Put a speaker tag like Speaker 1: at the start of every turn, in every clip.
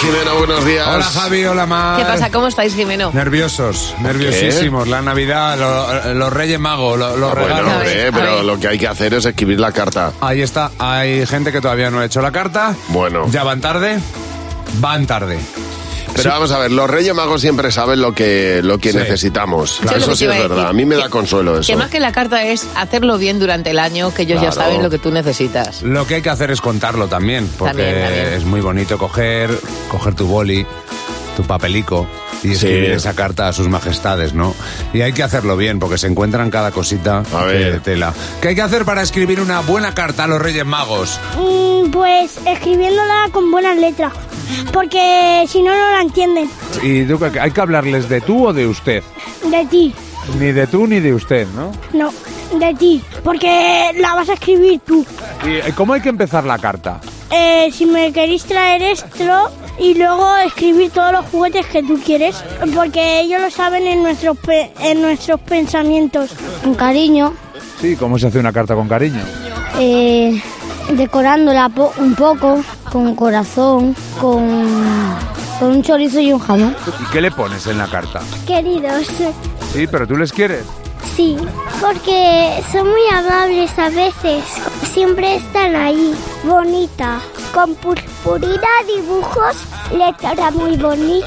Speaker 1: Jimeno, buenos días.
Speaker 2: Hola Javi, hola Mar.
Speaker 3: ¿Qué pasa? ¿Cómo estáis, Jimeno?
Speaker 2: Nerviosos, nerviosísimos. La Navidad, lo- los Reyes Magos, lo- los
Speaker 1: Ah, bueno,
Speaker 2: regalos.
Speaker 3: A
Speaker 1: hombre,
Speaker 3: ver, a
Speaker 1: pero
Speaker 3: ver.
Speaker 1: lo que hay que hacer es escribir la carta.
Speaker 2: Ahí está. Hay gente que todavía no ha hecho la carta.
Speaker 1: Bueno.
Speaker 2: Ya van tarde. Van tarde.
Speaker 1: Pero vamos a ver, los Reyes Magos siempre saben lo que, lo que
Speaker 2: Sí.
Speaker 1: necesitamos.
Speaker 3: Eso es lo
Speaker 1: Eso
Speaker 3: que
Speaker 1: sí
Speaker 3: te
Speaker 1: es
Speaker 3: iba a
Speaker 1: verdad.
Speaker 3: decir.
Speaker 1: A mí me da
Speaker 3: Que-
Speaker 1: consuelo eso.
Speaker 3: Que más que la carta es hacerlo bien durante el año, que ellos ya
Speaker 1: Claro.
Speaker 3: saben lo que tú necesitas.
Speaker 2: Lo que hay que hacer es contarlo también, porque
Speaker 3: También, también.
Speaker 2: es muy bonito coger, coger tu boli, tu papelico y escribir esa carta a sus majestades, ¿no? Y hay que hacerlo bien, porque se encuentran cada cosita
Speaker 1: A
Speaker 2: que
Speaker 1: ver.
Speaker 2: tela. ¿Qué hay que hacer para escribir una buena carta a los Reyes Magos?
Speaker 4: Mm, Pues escribiéndola con buenas letras, porque si no, no la entienden.
Speaker 5: Y tú, que- hay que hablarles de tú o de usted.
Speaker 4: De ti,
Speaker 5: Ni de tú ni de usted, ¿no?
Speaker 4: no, de ti, porque la vas a escribir tú.
Speaker 5: ¿Y eh, cómo hay que empezar la carta?
Speaker 4: Eh, si me queréis traer esto y luego escribir todos los juguetes que tú quieres, porque ellos lo saben en nuestros, pe- en nuestros pensamientos.
Speaker 6: con cariño,
Speaker 5: Sí, ¿cómo se hace una carta con cariño?
Speaker 6: eh, decorándola po- un poco, con corazón, con, con un chorizo y un jamón.
Speaker 5: ¿Y qué le pones en la carta?
Speaker 4: Queridos,
Speaker 5: Sí, pero tú les quieres.
Speaker 4: sí, porque son muy amables a veces, siempre están ahí, bonita, con purpurina, dibujos, letra muy bonita.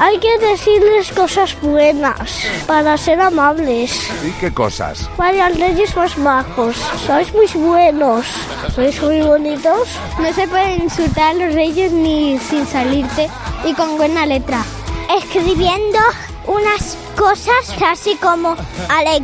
Speaker 4: Hay que decirles cosas buenas para ser amables.
Speaker 5: ¿Y qué cosas?
Speaker 4: Varios reyes más bajos. Sois muy buenos. Sois muy bonitos.
Speaker 6: No se pueden insultar a los reyes ni sin salirte y con buena letra.
Speaker 4: Escribiendo unas cosas así como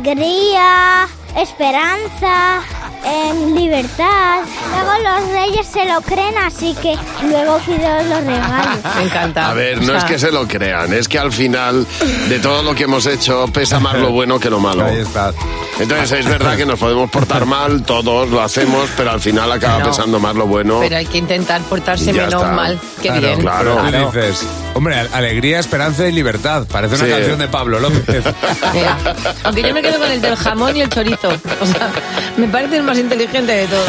Speaker 4: alegría, esperanza, em, libertad. Luego los reyes se lo creen, así que luego pido los regalos.
Speaker 3: Me encanta.
Speaker 1: Ah, A ver,
Speaker 3: O
Speaker 1: no
Speaker 3: sea,
Speaker 1: es que se lo crean, es que al final de todo lo que hemos hecho pesa más lo bueno que lo malo.
Speaker 2: Ahí está.
Speaker 1: Entonces es verdad que nos podemos portar mal, todos lo hacemos, pero al final acaba
Speaker 3: No.
Speaker 1: pesando más lo bueno.
Speaker 3: Pero hay que intentar portarse
Speaker 1: Ya
Speaker 3: menos
Speaker 1: está.
Speaker 3: mal. Qué
Speaker 2: claro,
Speaker 3: bien.
Speaker 2: Claro,
Speaker 1: Claro.
Speaker 2: Tú dices, hombre, al- alegría, esperanza y libertad. Parece una
Speaker 1: Sí.
Speaker 2: canción de Pablo López.
Speaker 3: Mira, aunque yo me quedo con el del jamón y el chorizo. O sea, me parece el más inteligente de todos.